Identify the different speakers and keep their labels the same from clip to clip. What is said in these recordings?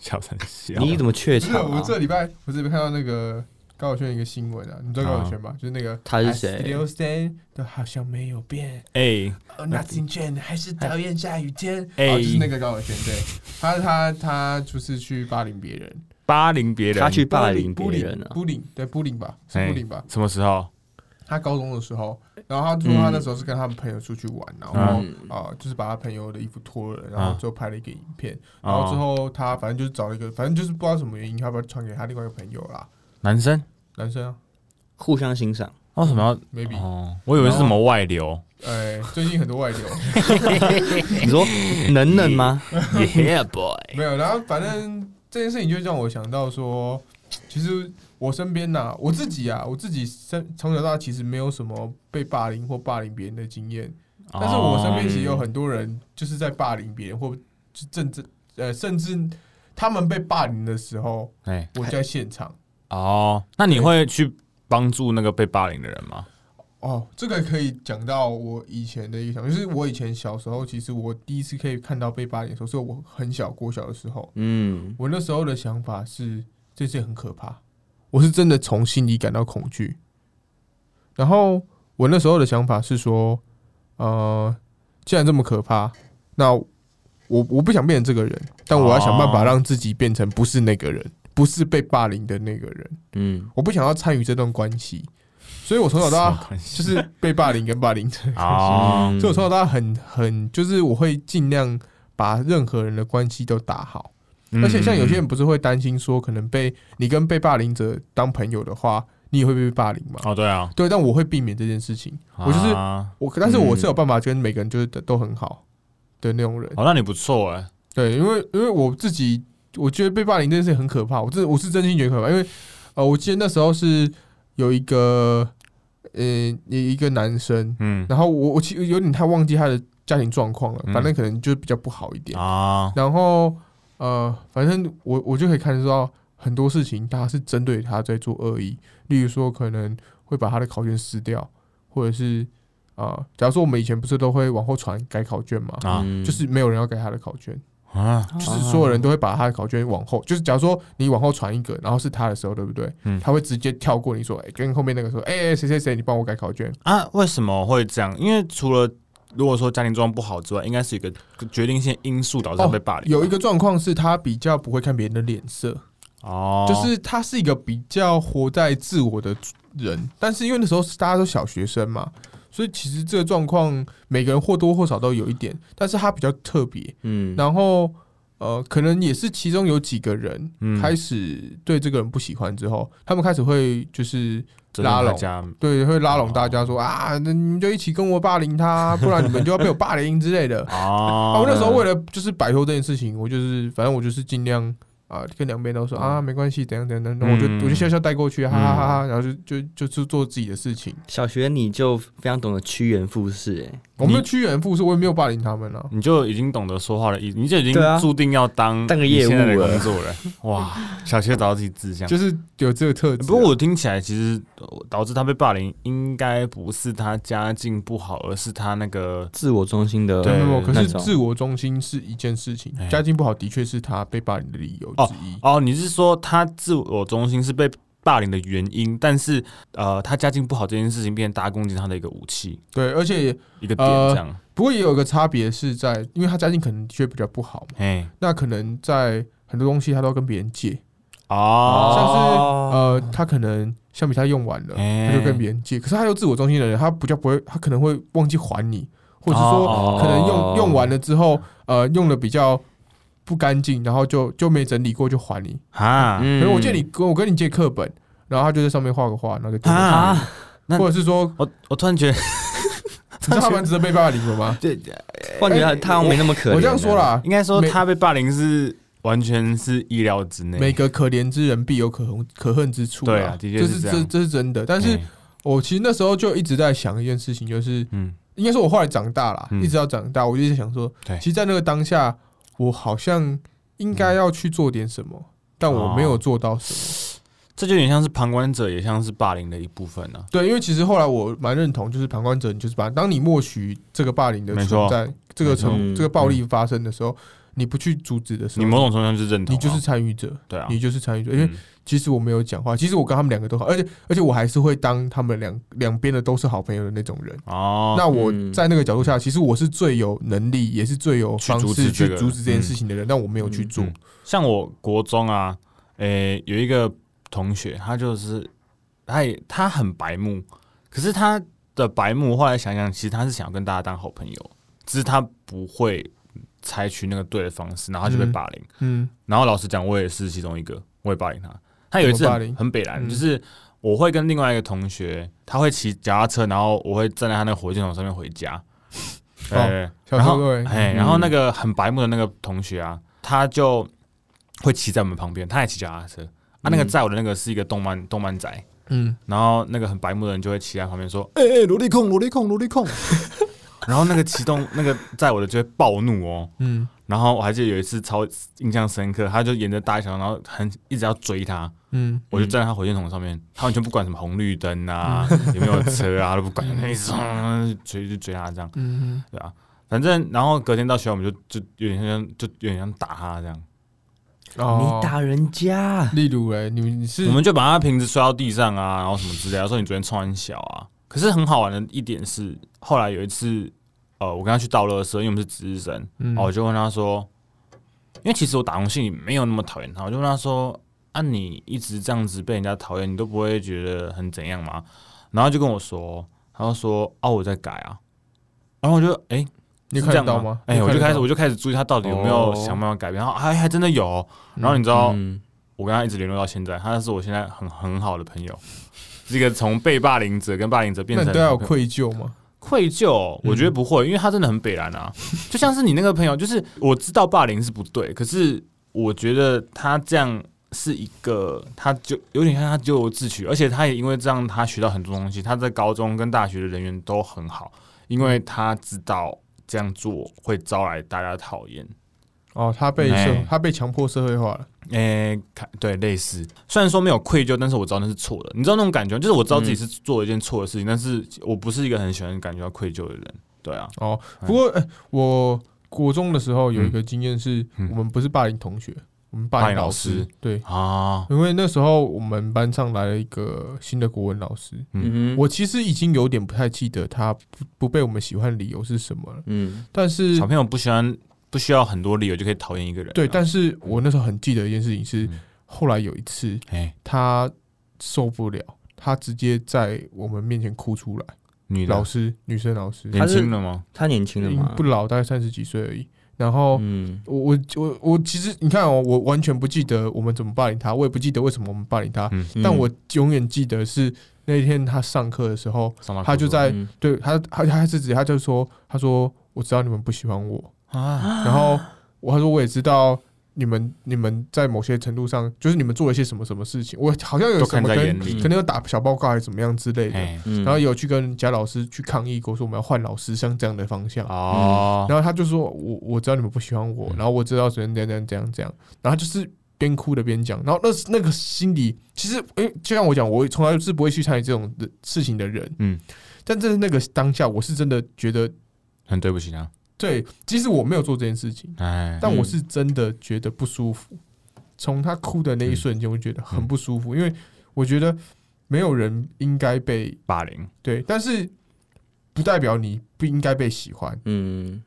Speaker 1: 小三小，
Speaker 2: 你怎么怯
Speaker 3: 不是，
Speaker 2: 场
Speaker 3: 我
Speaker 2: 啊？
Speaker 3: 这礼拜我这边看到那个高晓轩一个新闻啊，你知道高晓轩吧？就是那个
Speaker 2: 他是谁
Speaker 3: I？Still stand 都好像没有变
Speaker 1: 哎
Speaker 3: ，Oh nothing changed，还是
Speaker 2: 哎
Speaker 3: 讨厌下雨天。
Speaker 1: 哎
Speaker 3: 哦就是那个高晓轩，对，他他他就是去霸凌别人，
Speaker 1: 霸凌别人，
Speaker 2: 他去霸凌别
Speaker 3: 不领
Speaker 2: 人啊？
Speaker 3: 不领对不领吧，是
Speaker 1: 哎
Speaker 3: 不领吧？
Speaker 1: 什么时候？
Speaker 3: 他高中的时候，然后他说他那时候是跟他们朋友出去玩，然后啊、
Speaker 2: 嗯
Speaker 3: 就是把他朋友的衣服脱了，然后
Speaker 1: 啊
Speaker 3: 最后拍了一个影片，然后之
Speaker 1: 哦
Speaker 3: 后他反正就是找了一个，反正就是不知道什么原因，他把它传给他另外一个朋友啦，
Speaker 1: 男生
Speaker 3: 男生啊
Speaker 2: 互相欣赏，
Speaker 1: 为什么要？
Speaker 2: 嗯
Speaker 3: ，maybe，
Speaker 1: 哦，我以为是什么外流，
Speaker 3: 哎、最近很多外流，
Speaker 2: 你说能能吗 ？Yeah boy，
Speaker 3: 没有，然后反正这件事情就让我想到说，其实我身边呐、我自己啊，我自己身从小到大其实没有什么被霸凌或霸凌别人的经验，
Speaker 1: 哦
Speaker 3: 但是我身边其实有很多人就是在霸凌别人，或就甚至呃，甚至他们被霸凌的时候，
Speaker 1: 哦哎
Speaker 3: 我在现场。
Speaker 1: 哦，那你会去帮助那个被霸凌的人吗？
Speaker 3: 哦，这个可以讲到我以前的一个想法，就是我以前小时候，其实我第一次可以看到被霸凌的时候，是我很小，国小的时候。
Speaker 2: 嗯，
Speaker 3: 我那时候的想法是，这件很可怕，我是真的从心里感到恐惧。然后我那时候的想法是说，呃，既然这么可怕，那我我不想变成这个人，但我要想办法
Speaker 1: 哦
Speaker 3: 让自己变成不是那个人，不是被霸凌的那个人。
Speaker 2: 嗯，
Speaker 3: 我不想要参与这段关系，所以我从小到
Speaker 1: 什么
Speaker 3: 大
Speaker 1: 关系
Speaker 3: 就是被霸凌跟霸凌者。
Speaker 1: 哦，
Speaker 2: 嗯
Speaker 3: 所以我从小到大很很就是我会尽量把任何人的关系都打好。
Speaker 1: 嗯
Speaker 3: 而且像有些人不是会担心说，可能被你跟被霸凌者当朋友的话，你也会被霸凌嘛？
Speaker 1: 哦，对啊，
Speaker 3: 对，但我会避免这件事情。我就是
Speaker 1: 啊
Speaker 3: 我，但是我是有办法跟每个人就是都很好的那种人。
Speaker 1: 哦，那你不错哎，
Speaker 3: 对，因为因为我自己，我觉得被霸凌这件事情很可怕，我真的我是真心觉得可怕，因为呃，我记得那时候是有一个呃一一个男生，
Speaker 1: 嗯
Speaker 3: 然后我我其实有点太忘记他的家庭状况了，
Speaker 1: 嗯
Speaker 3: 反正可能就比较不好一点。
Speaker 1: 啊，
Speaker 3: 然后呃，反正我我就可以看得到很多事情，他是针对他在做恶意，例如说可能会把他的考卷撕掉，或者是啊、呃假如说我们以前不是都会往后传改考卷嘛，
Speaker 1: 啊
Speaker 2: 嗯
Speaker 3: 就是没有人要改他的考卷，
Speaker 1: 啊，
Speaker 3: 就是所有人都会把他的考卷往后，就是假如说你往后传一个，然后是他的时候，对不对？
Speaker 1: 嗯
Speaker 3: 他会直接跳过你说，哎、跟后面那个说，哎、哎谁谁谁，你帮我改考卷，
Speaker 1: 啊，为什么会这样？因为除了如果说家庭状况不好之外，应该是一个决定性因素导致他被霸凌吧。
Speaker 3: 哦有一个状况是他比较不会看别人的脸色，
Speaker 1: 哦，
Speaker 3: 就是他是一个比较活在自我的人，但是因为那时候大家都小学生嘛，所以其实这个状况每个人或多或少都有一点，但是他比较特别。
Speaker 2: 嗯，
Speaker 3: 然后呃，可能也是其中有几个人
Speaker 1: 嗯
Speaker 3: 开始对这个人不喜欢之后，他们开始会就是
Speaker 1: 责任
Speaker 3: 拉
Speaker 1: 大
Speaker 3: 拢
Speaker 1: 家
Speaker 3: 对会拉拢大家说啊，那你们就一起跟我霸凌他，不然你们就要被我霸凌之类的。啊，
Speaker 1: 哦
Speaker 3: 我那时候为了就是摆脱这件事情，我就是反正我就是尽量啊、跟两边都说啊没关系，怎样怎样，怎样我就
Speaker 1: 嗯
Speaker 3: 我就笑笑带过去，哈哈哈哈，然后就就就就做自己的事情。
Speaker 2: 小学你就非常懂得趋炎附势，哎，
Speaker 3: 我没有趋炎附势，我也没有霸凌他们啊。
Speaker 1: 你就已经懂得说话的意思，你就已
Speaker 2: 对啊
Speaker 1: 经注定要当
Speaker 2: 当个
Speaker 1: 你
Speaker 2: 业务
Speaker 1: 现在的
Speaker 2: 了
Speaker 1: 工作人。哇，小学找到自己志向。
Speaker 3: 就是有这个特质啊。
Speaker 1: 嗯不过我听起来，其实呃导致他被霸凌，应该不是他家境不好，而是他那个
Speaker 2: 自我中心的
Speaker 3: 对，没有没有，可
Speaker 2: 那
Speaker 3: 是
Speaker 2: 种，
Speaker 3: 自我中心是一件事情
Speaker 1: 哎，
Speaker 3: 家境不好的确是他被霸凌的理由之一。
Speaker 1: 哦，你是说他自我中心是被霸凌的原因，但是呃，他家境不好这件事情变成大家攻击他的一个武器，
Speaker 3: 对，而且
Speaker 1: 一个点
Speaker 3: 呃
Speaker 1: 这样。
Speaker 3: 不过也有一个差别是在，因为他家境可能的确比较不好嘛，
Speaker 1: 哎、
Speaker 3: 那可能在很多东西他都跟别人借，
Speaker 1: 哦，
Speaker 3: 呃，他可能橡皮擦用完了，
Speaker 1: 哎
Speaker 3: 他就跟别人借，可是他又自我中心的人，他比较不会，他可能会忘记还你，或者是说
Speaker 1: 哦
Speaker 3: 可能用用完了之后，呃，用的比较不干净，然后就就没整理过就还你。
Speaker 1: 啊，
Speaker 2: 嗯
Speaker 3: 可能我借你，跟我跟你借课本，然后他就在上面画个画，然后就丢了，
Speaker 1: 啊，
Speaker 2: 啊，
Speaker 1: 那
Speaker 3: 或者是说，
Speaker 1: 我我突然觉得，
Speaker 3: 你知道他们值得被霸凌了吗？
Speaker 1: 对，
Speaker 2: 我觉得嗯他好像没那么可
Speaker 1: 啊
Speaker 2: 怜。啊
Speaker 3: 我这样说，啦，
Speaker 1: 应该说
Speaker 3: 每
Speaker 1: 他被霸凌是完全是意料之内。
Speaker 3: 每个可怜之人必有可恨可恨之处啦，
Speaker 1: 对啊的确
Speaker 3: 这
Speaker 1: 是
Speaker 3: 是
Speaker 1: 这
Speaker 3: 这
Speaker 1: 样
Speaker 3: 这是真的。但是
Speaker 1: 哎
Speaker 3: 我其实那时候就一直在想一件事情，就是
Speaker 1: 嗯，
Speaker 3: 应该说，我后来长大了，
Speaker 1: 嗯
Speaker 3: 一直到长大，我就一直想说，
Speaker 1: 对嗯
Speaker 3: 其实，在那个当下，我好像应该要去做点什么，但我没
Speaker 1: 哦
Speaker 3: 有做到什么。
Speaker 1: 这就有点像是旁观者，也像是霸凌的一部分啊呢、
Speaker 3: 对，因为其实后来我蛮认同，就是旁观者，你就是把当你默许这个霸凌的
Speaker 1: 没错
Speaker 3: 存在，这个成
Speaker 2: 嗯
Speaker 3: 这个暴力发生的时候，你不去阻止的时
Speaker 1: 你
Speaker 3: 候，
Speaker 1: 某种程度上是认同啊、
Speaker 3: 你就是参与者，
Speaker 1: 对啊，
Speaker 3: 你就是参与者。因为
Speaker 1: 嗯
Speaker 3: 其实我没有讲话，其实我跟他们两个都好，而且而且我还是会当他们两两边的都是好朋友的那种人。
Speaker 1: 哦，
Speaker 3: 那我
Speaker 2: 嗯
Speaker 3: 在那个角度下，其实我是最有能力，也是最有
Speaker 1: 去
Speaker 3: 方
Speaker 1: 阻止
Speaker 3: 式
Speaker 1: 这
Speaker 3: 去
Speaker 1: 个
Speaker 3: 阻止这件
Speaker 1: 嗯
Speaker 3: 事情的人，但我没有去
Speaker 2: 嗯
Speaker 3: 做
Speaker 1: 嗯。像我国中啊，诶、有一个同学，他就是他也他很白目，可是他的白目后来想想，其实他是想要跟大家当好朋友，只是他不会采取那个对的方式，然后他就被
Speaker 3: 嗯
Speaker 1: 霸凌。
Speaker 3: 嗯
Speaker 1: 然后老实讲，我也是其中一个，我也霸凌他。他有一次
Speaker 3: 怎么霸
Speaker 1: 很
Speaker 3: 凌
Speaker 1: 很北蓝，
Speaker 3: 嗯
Speaker 1: 就是我会跟另外一个同学，他会骑脚踏车，然后我会站在他那个火箭筒上面回 家。对对对
Speaker 3: 哦小
Speaker 1: 然
Speaker 3: 时候
Speaker 1: 后
Speaker 3: 嗯对
Speaker 1: 哎，然后那个很白目的那个同学啊，他就会骑在我们旁边，他也骑脚踏车。啊，那个
Speaker 2: 嗯
Speaker 1: 载我的那个是一个动漫动漫宅，
Speaker 3: 嗯，
Speaker 1: 然后那个很白目的人就会骑在旁边 说：“哎哎，萝莉控，萝莉控，萝莉控。” 然后那个骑动那个载我的就会暴怒哦，
Speaker 3: 嗯
Speaker 1: 然后我还记得有一次超印象深刻，他就沿着大桥，然后很一直要追他，
Speaker 3: 嗯
Speaker 1: 我就站在他火箭筒上面，他完全不管什么红绿灯 啊，有没有车啊，他都不管，那一直嗯追 就追他这样，
Speaker 3: 嗯，
Speaker 1: 对啊，反正然后隔天到学校，我们就就有点像就有点像打他这样，
Speaker 3: 哦
Speaker 2: 你，打人家，
Speaker 3: 例如哎，你们你是
Speaker 1: 我们就把他瓶子摔到地上啊，然后什么之类的，说你昨天穿很小啊。可是很好玩的一点是，后来有一次，呃，我跟他去倒垃圾，因为我们是值日生，
Speaker 3: 嗯
Speaker 1: 哦，我就问他说，因为其实我打从心里没有那么讨厌他，我就问他说，啊，你一直这样子被人家讨厌，你都不会觉得很怎样吗？然后他就跟我说，他就说，哦、我在改啊，然后我就，哎、
Speaker 3: 你
Speaker 1: 是这
Speaker 3: 看得
Speaker 1: 样
Speaker 3: 到
Speaker 1: 吗
Speaker 3: 吗？？
Speaker 1: 哎、
Speaker 3: 你
Speaker 1: 我
Speaker 3: 看
Speaker 1: 就
Speaker 3: 得
Speaker 1: 开始
Speaker 3: 到
Speaker 1: 我就开始注意他到底有没有
Speaker 2: 哦
Speaker 1: 想办法改变，然后还还真的有哦，然后你知道。
Speaker 2: 嗯
Speaker 1: 我跟他一直联络到现在，他是我现在很很好的朋友，是一个从被霸凌者跟霸凌者变
Speaker 3: 那
Speaker 1: 成
Speaker 3: 你对他有
Speaker 1: 好朋友
Speaker 3: 愧疚吗？
Speaker 1: 愧疚，我觉得不会，因为他真的很北然 啊，就像是你那个朋友，就是我知道霸凌是不对，可是我觉得他这样是一个，他就有点像他咎由自取，而且他也因为这样，他学到很多东西，他在高中跟大学的人缘都很好，因为他知道这样做会招来大家讨厌。
Speaker 3: 哦，他被社
Speaker 1: 哎
Speaker 3: 他被强迫社会化了。
Speaker 1: 诶、看对，类似。虽然说没有愧疚，但是我知道那是错的。你知道那种感觉吗，就是我知道自己是做了一件错的事情，但是我不是一个很喜欢感觉到愧疚的人。对啊，
Speaker 3: 哦，
Speaker 1: 嗯
Speaker 3: 不过哎我国中的时候有一个经验是，
Speaker 1: 嗯
Speaker 3: 我们不是霸凌同学，我们
Speaker 1: 霸
Speaker 3: 霸
Speaker 1: 凌
Speaker 3: 凌
Speaker 1: 老
Speaker 3: 老
Speaker 1: 师
Speaker 3: 师。对，
Speaker 1: 啊，
Speaker 3: 因为那时候我们班上来了一个新的国文老师，
Speaker 2: 嗯哼
Speaker 3: 我其实已经有点不太记得他不不被我们喜欢的理由是什么了，
Speaker 2: 嗯
Speaker 3: 但是
Speaker 1: 小朋友不喜欢，不需要很多理由就可以讨厌一个人啊、
Speaker 3: 对，但是我那时候很记得一件事情是
Speaker 1: 嗯，
Speaker 3: 后来有一次
Speaker 1: 哎、
Speaker 3: 他受不了，他直接在我们面前哭出来。
Speaker 1: 女
Speaker 3: 老
Speaker 1: 的
Speaker 3: 师，女生老师，
Speaker 1: 年
Speaker 2: 她是
Speaker 1: 轻了吗？
Speaker 2: 他年轻了嘛，
Speaker 3: 嗯不老，大概三十几岁而已。然后
Speaker 2: 嗯
Speaker 3: 我我我我其实你看哦，我完全不记得我们怎么霸凌他，我也不记得为什么我们霸凌他，
Speaker 1: 嗯，
Speaker 2: 嗯
Speaker 3: 但我永远记得是那天他上课的时候，
Speaker 1: 上到
Speaker 3: 他就在
Speaker 2: 嗯
Speaker 3: 对他他他是直接他就说他说我知道你们不喜欢我，
Speaker 1: 啊，
Speaker 3: 然后我他说我也知道。你们你们在某些程度上，就是你们做了一些什么什么事情，我好像有
Speaker 1: 都
Speaker 3: 什
Speaker 1: 看
Speaker 3: 么
Speaker 1: 在眼
Speaker 3: 跟
Speaker 1: 里。
Speaker 3: 可能有打小报告还是怎么样之类的，
Speaker 1: 哎、
Speaker 2: 嗯
Speaker 3: 然后有去跟贾老师去抗议过，说我们要换老师，像这样的方向。
Speaker 1: 哦，
Speaker 3: 然后他就说：“我我知道你们不喜欢我，然后我知道怎样怎样怎样怎样怎样。”然后他就是边哭的边讲，然后那那个心里其实，诶，就像我讲，我从来是不会去参与这种的事情的人，
Speaker 1: 嗯，
Speaker 3: 但在那个当下，我是真的觉得，
Speaker 1: 很对不起他。
Speaker 3: 对，即使我没有做这件事情，
Speaker 1: 哎，
Speaker 3: 但我是真的觉得不舒服。从他哭的那一瞬间，我觉得很不舒服，因为我觉得没有人应该被
Speaker 1: 霸凌
Speaker 3: 对，但是不代表你不应该被喜欢，
Speaker 2: 嗯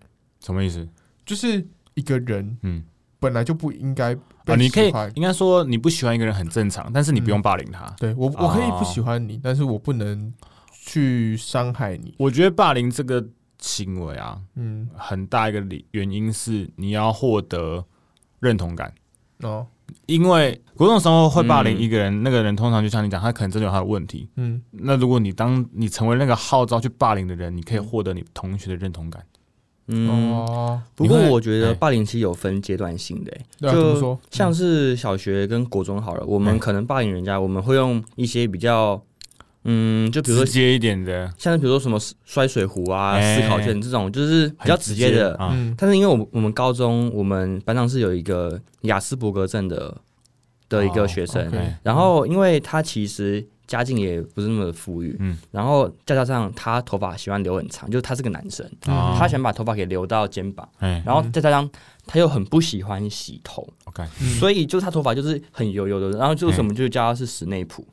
Speaker 1: 什么意思？
Speaker 3: 就是一个人。
Speaker 1: 嗯，
Speaker 3: 本来就不应该
Speaker 1: 啊，
Speaker 3: 被嗯
Speaker 1: 你可以
Speaker 3: 喜欢。
Speaker 1: 应该说你不喜欢一个人很正常，但是你不用霸凌他。
Speaker 3: 对我，我可以
Speaker 1: 哦
Speaker 3: 不喜欢你，但是我不能去伤害你。
Speaker 1: 我觉得霸凌这个行为啊，
Speaker 3: 嗯，
Speaker 1: 很大一个理原因是你要获得认同感，
Speaker 3: 哦，
Speaker 1: 因为国中的时候会霸凌一个人，那个人通常就像你讲，他可能真的有他的问题。
Speaker 3: 嗯，
Speaker 1: 那如果你当你成为那个号召去霸凌的人，你可以获得你同学的认同感。
Speaker 2: 嗯。
Speaker 3: 哦，
Speaker 2: 不过
Speaker 1: 你会
Speaker 2: 我觉
Speaker 1: 哎
Speaker 2: 得霸凌其实有分阶段性的、欸，
Speaker 3: 对啊，怎
Speaker 2: 就
Speaker 3: 么说？
Speaker 2: 像是小学跟国中好了，我
Speaker 1: 哎
Speaker 2: 们可能霸凌人家，我们会用一些比较，嗯，就比如
Speaker 1: 直
Speaker 2: 说
Speaker 1: 接一点的，
Speaker 2: 像是比如说什么摔水壶啊、
Speaker 1: 哎
Speaker 2: 思考卷这种，就是比较
Speaker 1: 很
Speaker 2: 直接的。
Speaker 1: 啊，
Speaker 3: 嗯，
Speaker 2: 但是因为我们我们高中我们班上是有一个雅斯伯格症的的一
Speaker 1: 哦
Speaker 2: 个学生。
Speaker 3: OK
Speaker 2: 然后，因为他其实家境也不是那么的富裕，
Speaker 1: 嗯
Speaker 2: 然后再加上他头发喜欢留很长，就是他是个男生，
Speaker 1: 哦
Speaker 2: 嗯他喜欢把头发给留到肩膀，
Speaker 1: 哎
Speaker 2: 然后再加上他又很不喜欢洗头，
Speaker 1: ，OK，
Speaker 2: 所以就是他头发就是很油油的，然后就是我们就叫他是室内普，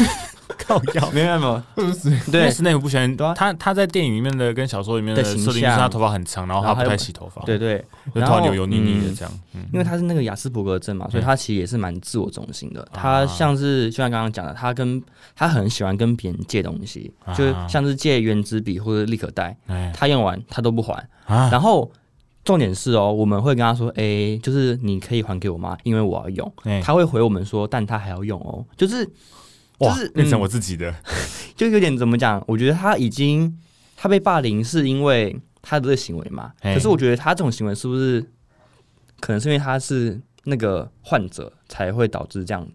Speaker 1: 靠腰，明白吗？
Speaker 3: 二十
Speaker 1: 对，
Speaker 2: 对
Speaker 1: 斯内普不喜欢
Speaker 2: 对啊
Speaker 1: 他，他在电影里面的跟小说里面的
Speaker 2: 的
Speaker 1: 设
Speaker 2: 形
Speaker 1: 定就是
Speaker 2: 象
Speaker 1: 他头发很长，然后他
Speaker 2: 然后
Speaker 1: 不
Speaker 2: 还
Speaker 1: 太
Speaker 2: 有
Speaker 1: 洗头发，
Speaker 2: 对，对，
Speaker 1: 就
Speaker 2: 然
Speaker 1: 头
Speaker 2: 后
Speaker 1: 发扭油腻腻的
Speaker 2: 嗯
Speaker 1: 这样，嗯
Speaker 2: 因为他是那个雅斯伯格症嘛，所以他其实也是蛮自我中心的。
Speaker 1: 嗯
Speaker 2: 他像是就像刚刚讲的，他跟他很喜欢跟别人借东西，
Speaker 1: 啊
Speaker 2: 就是像是借原子笔或者立可带，
Speaker 1: 哎
Speaker 2: 他用完他都不还。
Speaker 1: 啊，
Speaker 2: 然后重点是哦，我们会跟他说，哎、就是你可以还给我妈，因为我要用。
Speaker 1: 哎
Speaker 2: 他会回我们说，但他还要用哦，就是
Speaker 1: 哇
Speaker 2: 就是，
Speaker 1: 变成
Speaker 2: 嗯
Speaker 1: 我自己的，
Speaker 2: 就有点怎么讲？我觉得他已经他被霸凌是因为他的这个行为嘛？
Speaker 1: 嘿
Speaker 2: 可是我觉得他这种行为是不是可能是因为他是那个患者才会导致这样？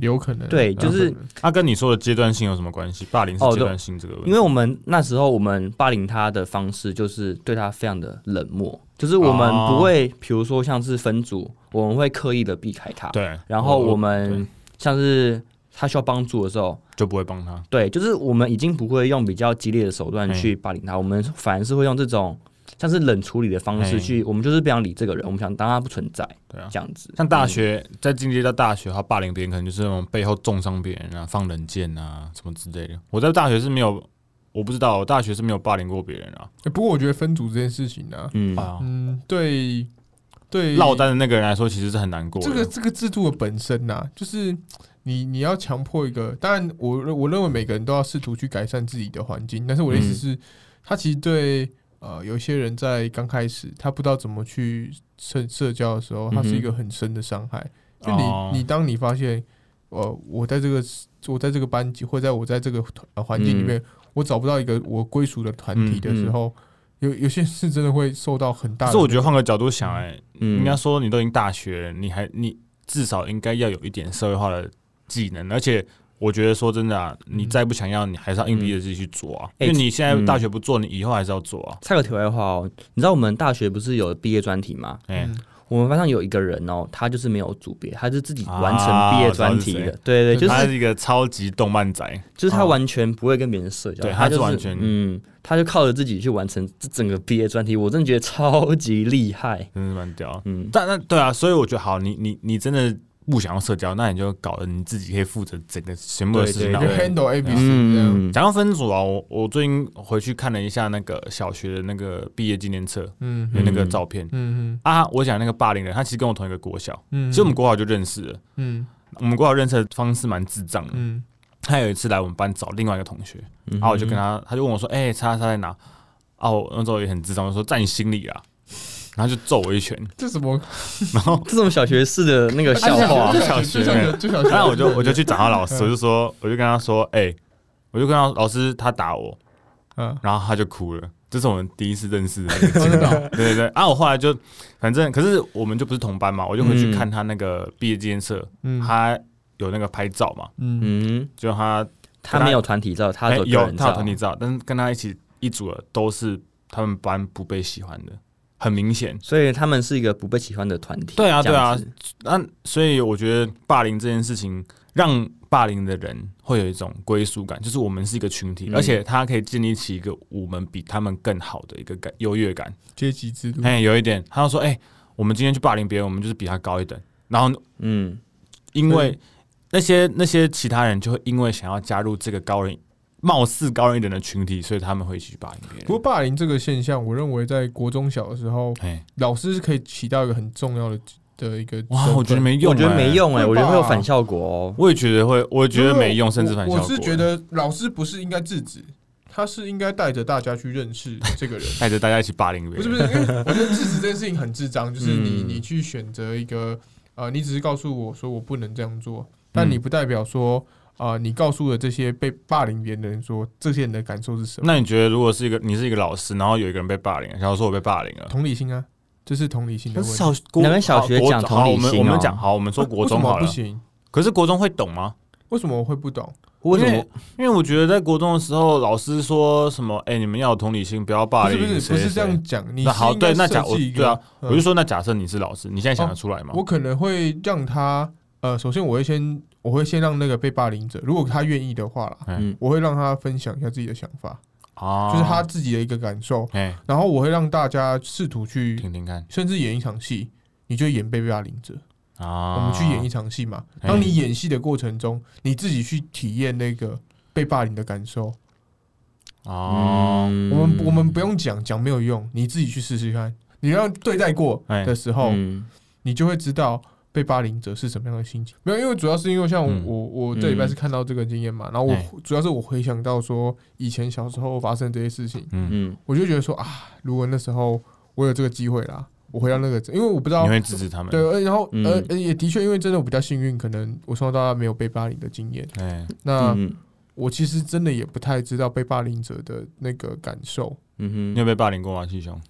Speaker 3: 有可能
Speaker 2: 对
Speaker 3: 有可
Speaker 2: 就是
Speaker 3: 能
Speaker 1: 他啊跟你说的阶段性有什么关系？霸凌是
Speaker 2: 哦
Speaker 1: 阶
Speaker 2: 对
Speaker 1: 段性这个问题，
Speaker 2: 因为我们那时候我们霸凌他的方式就是对他非常的冷漠，就是我们
Speaker 1: 哦
Speaker 2: 不会，比如说像是分组，我们会刻意的避开他，
Speaker 1: 对，
Speaker 2: 然后我
Speaker 1: 对
Speaker 2: 们像是他需要帮助的时候，
Speaker 1: 就不会帮他，
Speaker 2: 对，就是我们已经不会用比较激烈的手段
Speaker 1: 嗯
Speaker 2: 去霸凌他，我们反而是会用这种像是冷处理的方式
Speaker 1: 嗯
Speaker 2: 去，我们就是不想理这个人，我们想当他不存在
Speaker 1: 对啊。
Speaker 2: 这样子。
Speaker 1: 像大学在进阶到大学的话，霸凌别人可能就是那种背后重伤别人啊，放冷箭啊什么之类的。我在大学是没有，我不知道，我大学是没有霸凌过别人啊。
Speaker 3: 欸不过我觉得分组这件事情呢，
Speaker 2: 嗯，
Speaker 1: 啊，
Speaker 3: 嗯，对对，
Speaker 1: 落单的那个人来说，其实是很难过的。
Speaker 3: 嗯这个这个制度的本身呐、就是你你要强迫一个，当然我我认为每个人都要试图去改善自己的环境，但是我
Speaker 1: 嗯
Speaker 3: 的意思是，他其实对呃有些人在刚开始他不知道怎么去社社交的时候，他是一个很深的伤害。就你、
Speaker 1: 嗯哦
Speaker 3: 你当你发现，呃，我在这个我在这个班级或者在我在这个团呃环境里
Speaker 1: 嗯
Speaker 3: 面，我找不到一个我归属的团体的时候，有有些是真的会受到很大
Speaker 1: 可
Speaker 3: 的。
Speaker 1: 是我觉得换个角度想、哎、
Speaker 2: 嗯
Speaker 1: 应该说你都已经大学了，你还你至少应该要有一点社会化的技能，而且。我觉得说真的啊，你再不想要，你还是要硬逼着自己去做啊，
Speaker 2: 嗯
Speaker 1: 因为你现在
Speaker 2: 嗯
Speaker 1: 大学不做，你以后还是要做啊。
Speaker 2: 插个题外话哦，你知道我们大学不是有毕业专题吗？
Speaker 1: 哎、
Speaker 3: 嗯
Speaker 2: 我们班上有一个人哦，他就是没有组别，他是自己
Speaker 1: 啊
Speaker 2: 完成毕业专题
Speaker 1: 我知道是
Speaker 2: 的。对对，就
Speaker 1: 他
Speaker 2: 是
Speaker 1: 是一个超级动漫宅，
Speaker 2: 就是他
Speaker 1: 哦
Speaker 2: 完全不会跟别人社交，
Speaker 1: 对他
Speaker 2: 他
Speaker 1: 是
Speaker 2: 就是
Speaker 1: 完全
Speaker 2: 嗯，他就靠着自己去完成这整个毕业专题，我真的觉得超级厉害。
Speaker 1: 真是蛮屌。
Speaker 2: 嗯，
Speaker 1: 但那对啊，所以我觉得好，你你你真的不想要社交，那你就搞得你自己可以负责整个全部的事情。
Speaker 2: 对
Speaker 1: 然
Speaker 3: 就
Speaker 1: 后嗯
Speaker 2: 对
Speaker 3: handle A B C 这样。
Speaker 2: 嗯，
Speaker 1: 讲到分组啊，我我最近回去看了一下那个小学的那个毕业纪念册，
Speaker 3: 嗯
Speaker 1: 有
Speaker 3: 嗯
Speaker 1: 那个照片、
Speaker 3: 嗯
Speaker 1: 啊。我讲那个霸凌人，他其实跟我同一个国小，
Speaker 3: 嗯，
Speaker 1: 其实我们国小就认识了。
Speaker 3: 嗯
Speaker 1: 我们国小认识的方式蛮智障的。
Speaker 3: 嗯
Speaker 1: 他有一次来我们班找另外一个同学，
Speaker 2: 嗯
Speaker 1: 然后我就跟他，他就问我说：“哎、叉叉在哪？”啊，我那时候也很智障，我说在你心里啊，然后就揍我一拳，
Speaker 3: 这什么
Speaker 1: 然后
Speaker 2: 这种小学式的那个笑话
Speaker 1: 这，
Speaker 3: 小
Speaker 1: 小
Speaker 3: 小
Speaker 1: 学
Speaker 3: 学，这小 学，
Speaker 1: 那我就我就去找他老师，我就说，我就跟他说，哎、我就跟他老师他打我，
Speaker 3: 嗯，
Speaker 1: 然后他就哭了。这是我们第一次认识的，
Speaker 3: 真的，
Speaker 1: 对对对。啊，我后来就反正可是我们就不是同班嘛，我就回去
Speaker 2: 嗯
Speaker 1: 看他那个毕业纪念册，
Speaker 3: 嗯
Speaker 1: 他有那个拍照嘛，
Speaker 3: 嗯
Speaker 2: 嗯，
Speaker 1: 就他
Speaker 2: 他没有团体照，他
Speaker 1: 哎
Speaker 2: 有个
Speaker 1: 有
Speaker 2: 人
Speaker 1: 他有
Speaker 2: 照
Speaker 1: 团，体照，但是跟他一起一组的都是他们班不被喜欢的，很明显。
Speaker 2: 所以他们是一个不被喜欢的团体。
Speaker 1: 对啊
Speaker 2: 这样子，
Speaker 1: 那所以我觉得霸凌这件事情，让霸凌的人会有一种归属感，就是我们是一个群体，
Speaker 2: 嗯
Speaker 1: 而且他可以建立起一个我们比他们更好的一个感优越感。
Speaker 3: 阶级制度，
Speaker 1: 哎、有一点，他就说，哎、我们今天去霸凌别人，我们就是比他高一等。然后
Speaker 2: 嗯，
Speaker 1: 因为那些那些其他人就会因为想要加入这个高人。貌似高人一等的群体，所以他们会一起去霸凌别
Speaker 3: 不过
Speaker 1: 人。
Speaker 3: 霸凌这个现象，我认为在国中小的时候，
Speaker 1: 哎，
Speaker 3: 老师是可以起到一个很重要的的一个手
Speaker 1: 哇，
Speaker 3: 段，
Speaker 1: 我觉得没用、欸
Speaker 2: 我觉得没，用哎，
Speaker 3: 会吧
Speaker 2: 我觉得会有反效果哦。
Speaker 1: 我也觉得会，我也觉得没用，甚至反效
Speaker 3: 我
Speaker 1: 果。欸
Speaker 3: 我是觉得老师不是应该制止，他是应该带着大家去认识这个人。
Speaker 1: 带着大家一起霸凌别人，
Speaker 3: 不是不是，因为我觉得制止这件事情很智障，就是你
Speaker 2: 嗯
Speaker 3: 你去选择一个呃，你只是告诉我说我不能这样
Speaker 1: 嗯
Speaker 3: 做，但你不代表说啊、呃你告诉了这些被霸凌别人的人说这些人的感受是什么？
Speaker 1: 那你觉得，如果是一个你是一个老师，然后有一个人被霸凌，然后说我被霸凌了，
Speaker 3: 同理心啊，这是同理心的
Speaker 1: 可
Speaker 3: 问
Speaker 1: 是
Speaker 3: 题。
Speaker 1: 小国
Speaker 2: 你要跟小学
Speaker 1: 好
Speaker 2: 讲
Speaker 1: 国
Speaker 2: 同理
Speaker 1: 好我们
Speaker 2: 心
Speaker 1: 我们
Speaker 2: 哦
Speaker 1: 讲好，我 们说国中
Speaker 3: 为什么
Speaker 1: 好
Speaker 3: 不
Speaker 1: 了。
Speaker 3: 行？
Speaker 1: 可是国中会懂吗？
Speaker 3: 为什么我会不懂？
Speaker 2: 为什
Speaker 1: 因
Speaker 2: 么？
Speaker 1: 因为我觉得在国中的时候，老师说什么，哎、你们要有同理心，不要霸
Speaker 3: 不是
Speaker 1: 凌
Speaker 3: 不是
Speaker 1: 谁
Speaker 3: 不是
Speaker 1: 谁
Speaker 3: 这。样讲，你
Speaker 1: 那好，
Speaker 3: 是应该
Speaker 1: 对，那假
Speaker 3: 设
Speaker 1: 我
Speaker 3: 计一
Speaker 1: 对啊
Speaker 3: 个，，
Speaker 1: 我就
Speaker 3: 嗯哦
Speaker 1: 说，那假设你是老师，你现在想得出来吗？
Speaker 3: 我可能会让他呃，首先我会先我会先让那个被霸凌者，如果他愿意的话啦，
Speaker 1: 嗯
Speaker 2: 嗯，
Speaker 3: 我会让他分享一下自己的想法，
Speaker 1: 哦，
Speaker 3: 就是他，自己的一个感受，
Speaker 1: 哎，
Speaker 3: 然后我会让大家试图去，
Speaker 1: 听听看
Speaker 3: 甚至演一场戏，你就演被霸凌者，
Speaker 1: 啊，
Speaker 3: 我们去演一场戏嘛。
Speaker 1: 哎
Speaker 3: 当你演戏的过程中，你自己去体验那个被霸凌的感受。
Speaker 1: 哦，
Speaker 2: 嗯
Speaker 3: 我们我们不用讲，讲没有用，你自己去试试看。你让对待过
Speaker 1: 哎
Speaker 3: 的时候，
Speaker 2: 嗯
Speaker 3: 你就会知道被霸凌者是什么样的心情。没有，因为主要是因为像我、
Speaker 1: 嗯
Speaker 3: 我我这礼拜是看到这个经验嘛，然后我、
Speaker 1: 哎
Speaker 3: 主要是我回想到说以前小时候发生这些事情，
Speaker 1: 嗯，
Speaker 2: 嗯
Speaker 3: 我就觉得说啊，如果那时候我有这个机会啦，我回到那个，因为我不知道
Speaker 1: 你会支持他们，
Speaker 3: 嗯对，，呃然后
Speaker 2: 嗯
Speaker 3: 呃呃也的确因为真的我比较幸运，可能我从小到大没有被霸凌的经验，
Speaker 1: 哎，
Speaker 3: 那
Speaker 2: 嗯
Speaker 3: 我其实真的也不太知道被霸凌者的那个感受。
Speaker 2: 嗯
Speaker 1: 你
Speaker 2: 哼，
Speaker 1: 有被霸凌过吗，气兄？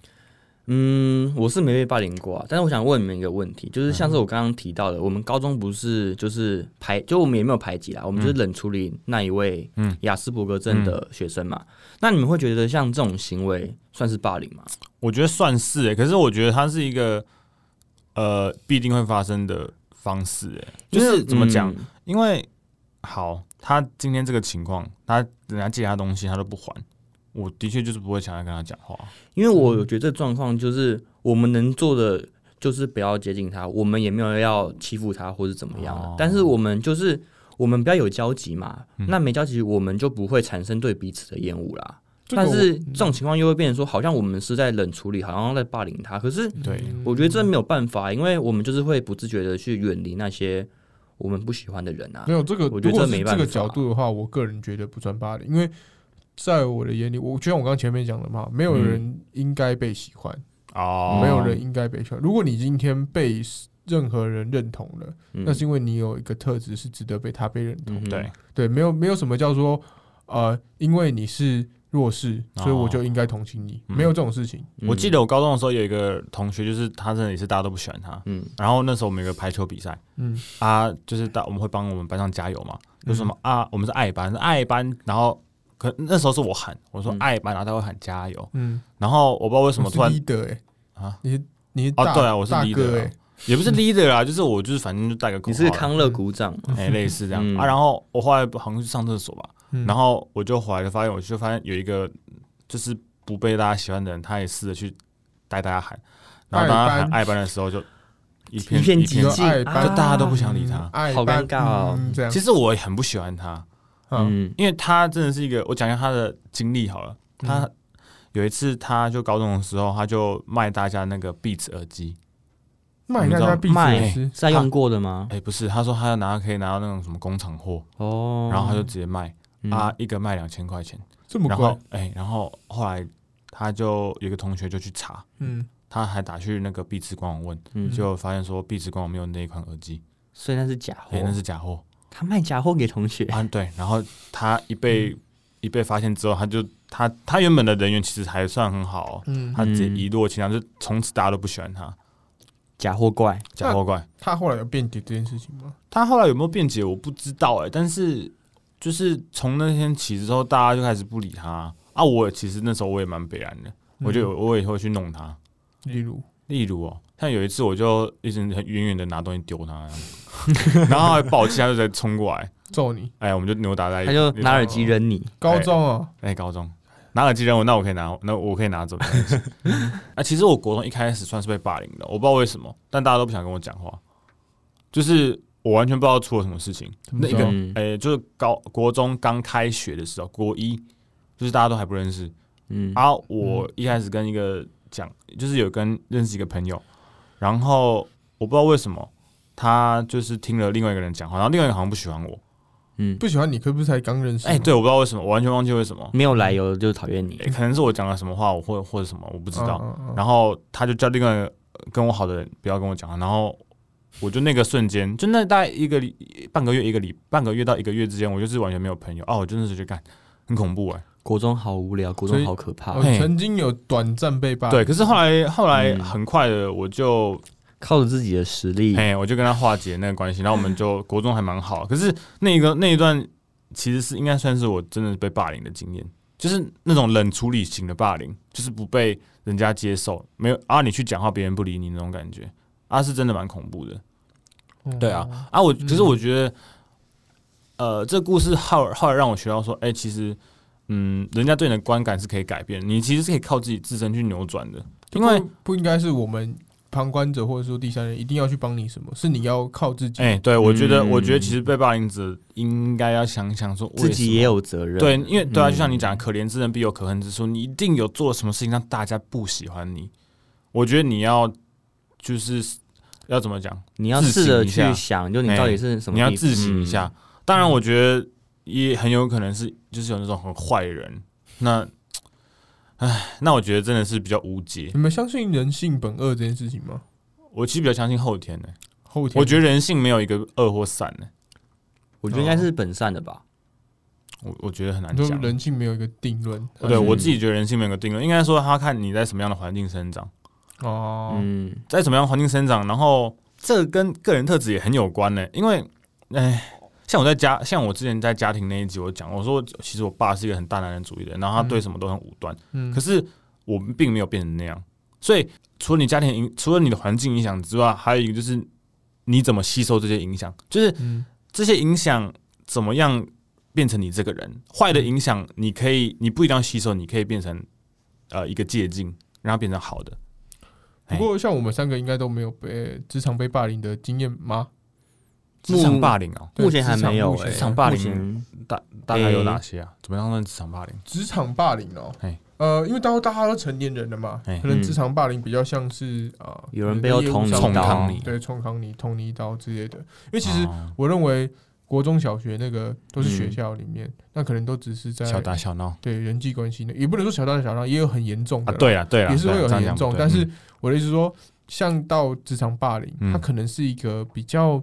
Speaker 2: 嗯，我是没被霸凌过啊，但是我想问你们一个问题，就是像是我刚刚提到的，我们高中不是就是排，就我们也没有排挤啦，我们就是冷处理那一位
Speaker 1: 嗯
Speaker 2: 雅斯伯格症的学生嘛。那你们会觉得像这种行为算是霸凌吗？
Speaker 1: 我觉得算是哎、可是我觉得它是一个呃必定会发生的方式哎、就是怎么讲？
Speaker 2: 嗯
Speaker 1: 因为好，他今天这个情况，他人家借他东西他都不还，我的确就是不会想要跟他讲话。
Speaker 2: 因为我觉得这状况就是我们能做的就是不要接近他，我们也没有要欺负他或是怎么样的，
Speaker 1: 哦
Speaker 2: 但是我们就是我们不要有交集嘛，
Speaker 1: 嗯
Speaker 2: 那没交集我们就不会产生对彼此的厌恶啦。
Speaker 3: 这个
Speaker 2: 但
Speaker 3: 我
Speaker 2: 是这种情况又会变成说，好像我们是在冷处理，好像在霸凌他。可是
Speaker 1: 对
Speaker 3: 嗯
Speaker 2: 我觉得这没有办法，因为我们就是会不自觉的去远离那些我们不喜欢的人啊
Speaker 3: 没。有这个，
Speaker 2: 我觉得
Speaker 3: 如
Speaker 2: 这
Speaker 3: 果是
Speaker 2: 没
Speaker 3: 这
Speaker 2: 办
Speaker 3: 个
Speaker 2: 法
Speaker 3: 角度的话，我个人觉得不算霸凌，因为在我的眼里，我就像我刚前面讲的嘛，没有人应该被喜欢，
Speaker 1: 哦
Speaker 3: 没有人应该被喜欢。如果你今天被任何人认同了，
Speaker 2: 嗯
Speaker 3: 那是因为你有一个特质是值得被他被认同。
Speaker 2: 嗯哼
Speaker 1: 对，
Speaker 3: 对，没有没有什么叫做呃，因为你是弱势，
Speaker 1: 哦
Speaker 3: 所以我就应该同情你，
Speaker 1: 嗯
Speaker 3: 没有这种事情。
Speaker 1: 我记得我高中的时候有一个同学，就是他真的也是大家都不喜欢他。
Speaker 2: 嗯
Speaker 1: 然后那时候我们有个排球比赛
Speaker 3: 嗯，
Speaker 1: 啊，就是大我们会帮我们班上加油嘛，就什么啊，我们是爱班，是爱班，然后可那时候是我喊，我说
Speaker 2: 嗯
Speaker 1: 爱班，然后他会喊加油，
Speaker 3: 嗯，
Speaker 1: 然后我不知道为什么
Speaker 3: 你是
Speaker 1: 突然
Speaker 3: leader 哎、
Speaker 1: 啊，
Speaker 3: 你是你是
Speaker 1: 哦
Speaker 3: 大、
Speaker 1: 对啊我是
Speaker 3: 大
Speaker 1: leader
Speaker 3: 哥
Speaker 1: 啊
Speaker 3: 哎、
Speaker 1: 也不是 leader 啊，就是我就是反正就带个口
Speaker 2: 你
Speaker 1: 号
Speaker 2: 是
Speaker 1: 啦，
Speaker 2: 康乐鼓掌嘛，
Speaker 1: 哎、类似这样、
Speaker 2: 嗯
Speaker 1: 啊。然后我后来好像去上厕所吧，
Speaker 3: 嗯
Speaker 1: 然后我就回来就发现，我就发现有一个就是不被大家喜欢的人，他也试着去带大家喊，然后当他喊爱班的时候就一片
Speaker 2: 一片寂
Speaker 3: 你
Speaker 2: 静
Speaker 3: 说爱
Speaker 2: 啊
Speaker 3: 班
Speaker 1: 就大家都不想理他
Speaker 3: 嗯。爱
Speaker 2: 好
Speaker 3: 班
Speaker 2: 尴尬哦
Speaker 3: 嗯这样
Speaker 1: 其实我也很不喜欢他，
Speaker 3: 嗯
Speaker 2: 嗯
Speaker 1: 因为他真的是一个，我讲一下他的经历好了。他
Speaker 3: 嗯
Speaker 1: 有一次，他就高中的时候，他就卖大家那个 Beats 耳机，
Speaker 3: 卖大家闭
Speaker 2: 卖
Speaker 3: 嘴
Speaker 2: 是
Speaker 3: 师，
Speaker 2: 在用过的吗
Speaker 1: 哎、？不是，他说他要拿可以拿到那种什么工厂货，
Speaker 2: 哦，
Speaker 1: 然后他就直接卖、
Speaker 2: 嗯
Speaker 1: 啊，一个卖两千块钱。
Speaker 3: 这么
Speaker 1: 然
Speaker 3: 乖
Speaker 1: 后，哎、然后后来他就有一个同学就去查，
Speaker 3: 嗯，
Speaker 1: 他还打去那个壁纸官网问，
Speaker 2: 嗯
Speaker 1: 就发现说壁纸官网没有那一款耳机，
Speaker 2: 所以那是假货
Speaker 3: 哦
Speaker 1: 哎、，那是假货
Speaker 2: 他卖假货给同学，
Speaker 3: 哎
Speaker 1: 啊。对，然后他一被、
Speaker 3: 嗯
Speaker 1: 一被发现之后，他就他他原本的人缘其实还算很好、哦，
Speaker 3: 嗯，
Speaker 1: 他直接一落千丈，就从此大家都不喜欢他，
Speaker 2: 假货怪，
Speaker 1: 假货怪。
Speaker 3: 他后来有辩解这件事情吗？
Speaker 1: 他后来有没有辩解我不知道哎、但是就是从那天起之后，大家就开始不理他啊。我其实那时候我也蛮北然的，我
Speaker 3: 嗯
Speaker 1: 就有我也会去弄他。
Speaker 2: 哎
Speaker 3: 例如，
Speaker 1: 例如哦，像有一次我就一直很远远的拿东西丢他， 然后还暴气，他就直接冲过来，
Speaker 3: 揍你，
Speaker 1: 哎，我们就扭打在一
Speaker 2: 他
Speaker 1: 起。
Speaker 2: 就拿耳机扔你，
Speaker 3: 高中啊，
Speaker 1: 哎，高中拿耳机扔我，那我可以拿，那我可以拿走。啊，其实我国中一开始算是被霸凌的，我不知道为什么，但大家都不想跟我讲话，就是我完全不知道出了什么事情。
Speaker 3: 么
Speaker 1: 那一个
Speaker 2: 说嗯
Speaker 1: 哎、就是高国中刚开学的时候，国一就是大家都还不认识，
Speaker 2: 嗯
Speaker 1: 啊，我一开始跟一个讲，就是有跟认识一个朋友，然后我不知道为什么他就是听了另外一个人讲话，然后另外一个好像不喜欢我，
Speaker 2: 嗯，
Speaker 3: 不喜欢你，可不是才刚认识吗？
Speaker 1: 哎、对，我不知道为什么，我完全忘记为什么，
Speaker 2: 没有来由就讨厌你
Speaker 1: 哎，可能是我讲了什么话，我或或者什么，我不
Speaker 3: 不
Speaker 1: 知道。
Speaker 2: 嗯
Speaker 3: 道
Speaker 1: 然后他就叫另外一个跟我好的人不要跟我讲话，然后我就那个瞬间，就那大概一个礼半个月一个礼半个月到一个月之间，我就是完全没有朋友哦，我真的是觉得干很恐怖哎、
Speaker 2: 国中好无聊，国
Speaker 3: 所
Speaker 2: 中
Speaker 3: 以
Speaker 2: 好可怕
Speaker 3: 我，
Speaker 1: 嘿
Speaker 3: 哦曾经有短暂被霸凌，
Speaker 1: 哎对，可是后来后来
Speaker 2: 嗯
Speaker 1: 很快的我就
Speaker 2: 靠着自己的实力，
Speaker 1: 哎，我就跟他化解那个关系，然后我们 就国中还蛮好。可是那个那一段其实是应该算是我真的被霸凌的经验，就是那种冷处理型的霸凌，就是不被人家接受，没有啊，你去讲话别人不理你那种感觉，啊，是真的蛮恐怖的。
Speaker 3: 哦
Speaker 1: 对啊，啊
Speaker 2: 嗯
Speaker 1: 我，可是我觉得，呃，这故事后来后来让我学到说，哎、其实，嗯，人家对你的观感是可以改变，你其实是可以靠自己自身去扭转的，
Speaker 3: 就
Speaker 1: 因为
Speaker 3: 不，不应该是我们旁观者或者说第三人一定要去帮你什么，是你要靠自己。
Speaker 1: 哎、对我觉得，
Speaker 2: 嗯
Speaker 1: 我觉得其实被霸凌者应该要想想说，
Speaker 2: 自己也。有责任。
Speaker 1: 对，因为对啊，
Speaker 2: 嗯
Speaker 1: 就像你讲，可怜之人必有可恨之处，你一定有做了什么事情让大家不喜欢你。我觉得你要就是要怎么讲，
Speaker 2: 你要
Speaker 1: 自省
Speaker 2: 试着
Speaker 1: 一下
Speaker 2: 去想，就你到底是什么
Speaker 1: 你
Speaker 2: 地？
Speaker 1: 要自省一下
Speaker 2: 嗯。。
Speaker 1: 当然，我觉得也很有可能是就是有那种很坏的人。那，唉，那我觉得真的是比较无解。
Speaker 3: 你们相信人性本恶这件事情吗？
Speaker 1: 我其实比较相信后天呢、
Speaker 3: 后天
Speaker 1: 我觉得人性没有一个恶或善呢、
Speaker 2: 我觉得应该是本善的吧。
Speaker 1: 我我觉得很难
Speaker 3: 你说
Speaker 1: 讲。
Speaker 3: 人性没有一个定论。
Speaker 1: 对我自己觉得人性没有个定论，应该说他看你在什么样的环境生长，
Speaker 3: 哦，
Speaker 2: 嗯，
Speaker 1: 在什么样的环境生长，然后这个跟个人特质也很有关呢、因为，唉，像我在家，像我之前在家庭那一集我讲，我说其实我爸是一个很大男人主义的人，然后他对什么都很武断。
Speaker 3: 嗯
Speaker 1: 可是我并没有变成那样。所以除了你家庭影，除了你的环境影响之外，还有一个就是你怎么吸收这些影响，就是
Speaker 3: 嗯
Speaker 1: 这些影响怎么样变成你这个人。坏的影响你可以，你不一定要吸收，你可以变成呃一个借镜，让它变成好的。哎
Speaker 3: 不过像我们三个应该都没有被职场被霸凌的经验吗？
Speaker 1: 职场霸凌哦、
Speaker 3: 对
Speaker 2: 目前还没有
Speaker 3: 职
Speaker 2: 欸
Speaker 3: 场目前
Speaker 1: 职场霸凌
Speaker 2: 目前
Speaker 1: 大大概有哪些啊？怎么样算职场霸凌？
Speaker 3: 职场霸凌哦
Speaker 1: 嘿，
Speaker 3: 呃，因为到大家都成年人了嘛，
Speaker 1: 嘿
Speaker 3: 可能职场霸凌比较像是啊，
Speaker 2: 有人被我捅你
Speaker 3: 业
Speaker 2: 一
Speaker 3: 务上
Speaker 1: 嗯捅
Speaker 3: 的
Speaker 1: 刀
Speaker 2: 刀，
Speaker 3: 对，冲康你、捅你一刀之类的。因为其实
Speaker 1: 哦
Speaker 3: 我认为国中小学那个都是学校里面，那可能都只是在
Speaker 1: 嗯小打小闹
Speaker 3: 对人际关系的，也不能说小打小闹，也有很严重
Speaker 1: 啊
Speaker 3: 的，，
Speaker 1: 对啊，对啊，
Speaker 3: 也是会
Speaker 1: 对啊
Speaker 3: 有
Speaker 1: 这样
Speaker 3: 很严
Speaker 1: 讲
Speaker 3: 重。
Speaker 1: 不对
Speaker 3: 但是
Speaker 1: 嗯
Speaker 3: 我的意思是说，像到职场霸凌，
Speaker 1: 嗯
Speaker 3: 它可能是一个比较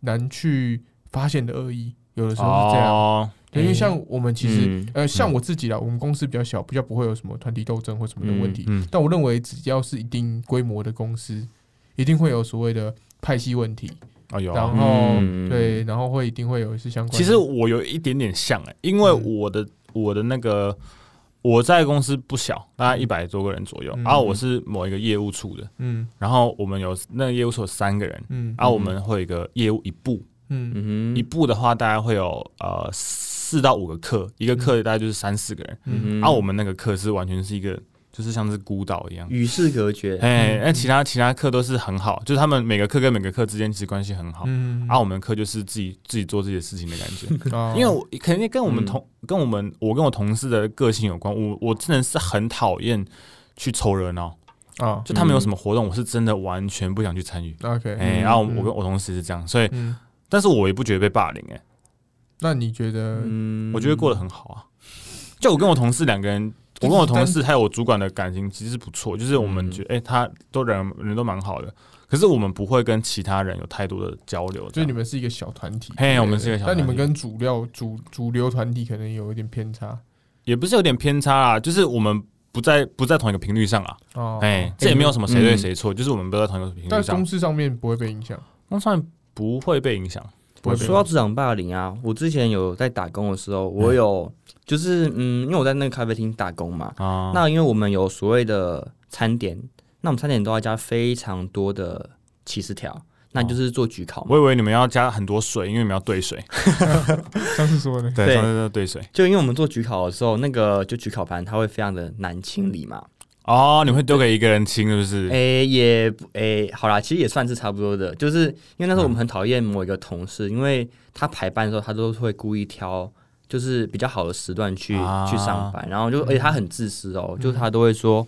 Speaker 3: 难去发现的恶意，有的时候是这样。
Speaker 1: 哦，
Speaker 3: 对因为
Speaker 2: 嗯
Speaker 3: 像我们其实
Speaker 2: 嗯
Speaker 3: 呃，像我自己啦，我们公司比较小，比较不会有什么团体斗争或什么的问题。
Speaker 1: 嗯，
Speaker 3: 但我认为，只要是一定规模的公司，一定会有所谓的派系问题，
Speaker 1: 哦有啊，
Speaker 3: 然后
Speaker 2: 嗯
Speaker 3: 对，然后会一定会有一些相关的。
Speaker 1: 其实我有一点点像哎、因为
Speaker 3: 嗯
Speaker 1: 我的我的那个我在公司不小，大概一百多个人左右，
Speaker 3: 嗯
Speaker 1: 然后我是某一个业务处的，
Speaker 3: 嗯
Speaker 1: 然后我们有那个业务处有三个人，啊
Speaker 3: 嗯
Speaker 1: 然后我们会有一个业务一部，
Speaker 3: 嗯
Speaker 2: 嗯
Speaker 1: 一部的话大概会有呃四到五个课，一个课大概就是三四个人，
Speaker 3: 嗯
Speaker 1: 然后我们那个课是完全是一个就是像是孤岛一样。
Speaker 2: 与世隔绝。
Speaker 1: 哎，
Speaker 3: 嗯
Speaker 1: 那其他其他课都是很好，就是他们每个课跟每个课之间其实关系很好，
Speaker 3: 嗯
Speaker 1: 啊，我们课就是自己自己做自己的事情的感觉。
Speaker 3: 哦嗯
Speaker 1: 因为我肯定跟我们同、跟我们我跟我同事的个性有关。我我真的是很讨厌去凑热闹，
Speaker 3: 啊
Speaker 1: 就他们有什么活动，我是真的完全不想去参与。
Speaker 3: ，OK，
Speaker 1: 哎、然后我跟我同事是这样，所以
Speaker 3: 嗯，
Speaker 1: 但是我也不觉得被霸凌、哎，
Speaker 3: 那你觉得
Speaker 2: 嗯
Speaker 1: 我觉得过得很好啊。就我跟我同事两个人，我跟我同
Speaker 3: 就是
Speaker 1: 事还有我主管的感情其实不错，就是我们
Speaker 2: 嗯
Speaker 1: 觉得哎、他都人人都蛮好的，可是我们不会跟其他人有太多的交流这
Speaker 3: 就
Speaker 1: 样。
Speaker 3: 你们是一个小团体，
Speaker 1: 嘿我们是一个小
Speaker 3: 那
Speaker 1: 团体
Speaker 3: 你们跟主料主主流团体可能有一点偏差
Speaker 1: 也不是有点偏差啊，就是我们不在不在同一个频率上啊。
Speaker 3: 哦
Speaker 1: 哎，这也没有什么谁对
Speaker 2: 嗯
Speaker 1: 谁错，就是我们不在同一个频
Speaker 3: 在
Speaker 1: 率
Speaker 3: 公
Speaker 1: 上，
Speaker 3: 司上面不会被影响，
Speaker 1: 公算不会被影响。
Speaker 3: 不会被
Speaker 2: 说到职场霸凌啊，我之前有在打工的时候，我有就是嗯，因为我在那个咖啡厅打工嘛，
Speaker 1: 啊，
Speaker 2: 那因为我们有所谓的餐点，那我们餐点都要加非常多的起司条，那就是做焗烤嘛。
Speaker 1: 哦我以为你们要加很多水，因为你们要兑水，
Speaker 3: 上次说的
Speaker 1: 对，
Speaker 2: 对
Speaker 1: 上次要兑水。
Speaker 2: 就因为我们做焗烤的时候，那个就焗烤盘它会非常的难清理嘛，
Speaker 1: 哦，你会丢给一个人清，是不是？
Speaker 2: 诶、也不诶、好啦，其实也算是差不多的，就是因为那时候我们很讨厌某一个同事，因为他排班的时候，他都会故意挑就是比较好的时段去、
Speaker 1: 啊嗯
Speaker 2: 去上班，然后就而且他很自私哦，就是他都会说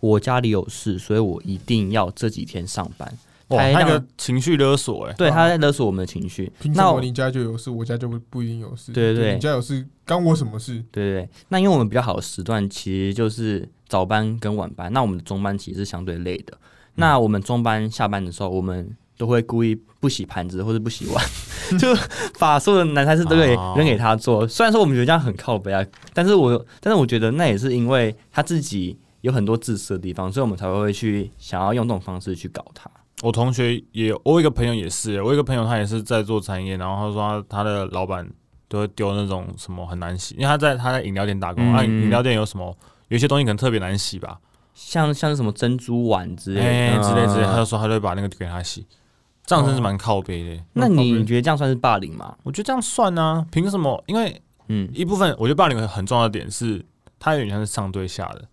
Speaker 2: 我家里有事，所以我一定要这几天上班。
Speaker 1: 哇，
Speaker 2: 太
Speaker 1: 那
Speaker 2: 让
Speaker 1: 个情绪勒索，哎，
Speaker 2: 对，他在勒索我们的情绪。
Speaker 3: 凭什
Speaker 2: 那
Speaker 3: 么
Speaker 2: 我
Speaker 3: 你家就有事，我家就不不一定有事？
Speaker 2: 对对对
Speaker 3: 你家有事干我什么事？
Speaker 2: 对对对，那因为我们比较好的时段其实就是早班跟晚班，那我们的中班其实是相对累的。
Speaker 1: 嗯
Speaker 2: 那我们中班下班的时候，我们都会故意不洗盘子或者不洗 碗，就把所有的男差事都给
Speaker 1: 哦
Speaker 2: 扔给他做。虽然说我们觉得这样很靠背啊，但是我但是我觉得那也是因为他自己有很多自私的地方，所以我们才会去想要用这种方式去搞他。
Speaker 1: 我同学也，我有一个朋友也是，哎我有一个朋友他也是在做产业，然后他说他他的老板都会丢那种什么很难洗，因为他在他在饮料店打工，
Speaker 2: 嗯
Speaker 1: 那饮料店有什么有一些东西可能特别难洗吧，
Speaker 2: 像像是什么珍珠碗之类的，
Speaker 1: 哎，之类之类，他
Speaker 2: 嗯
Speaker 1: 就说他就会把那个丢给他洗。这样真是蛮靠背的、
Speaker 2: 那
Speaker 3: 那靠
Speaker 2: 你
Speaker 3: 背
Speaker 2: 觉得这样算是霸凌吗？
Speaker 1: 我觉得这样算啊，凭什么？因为
Speaker 2: 嗯，
Speaker 1: 一部分我觉得霸凌很重要的点是，它有点像是上对下的。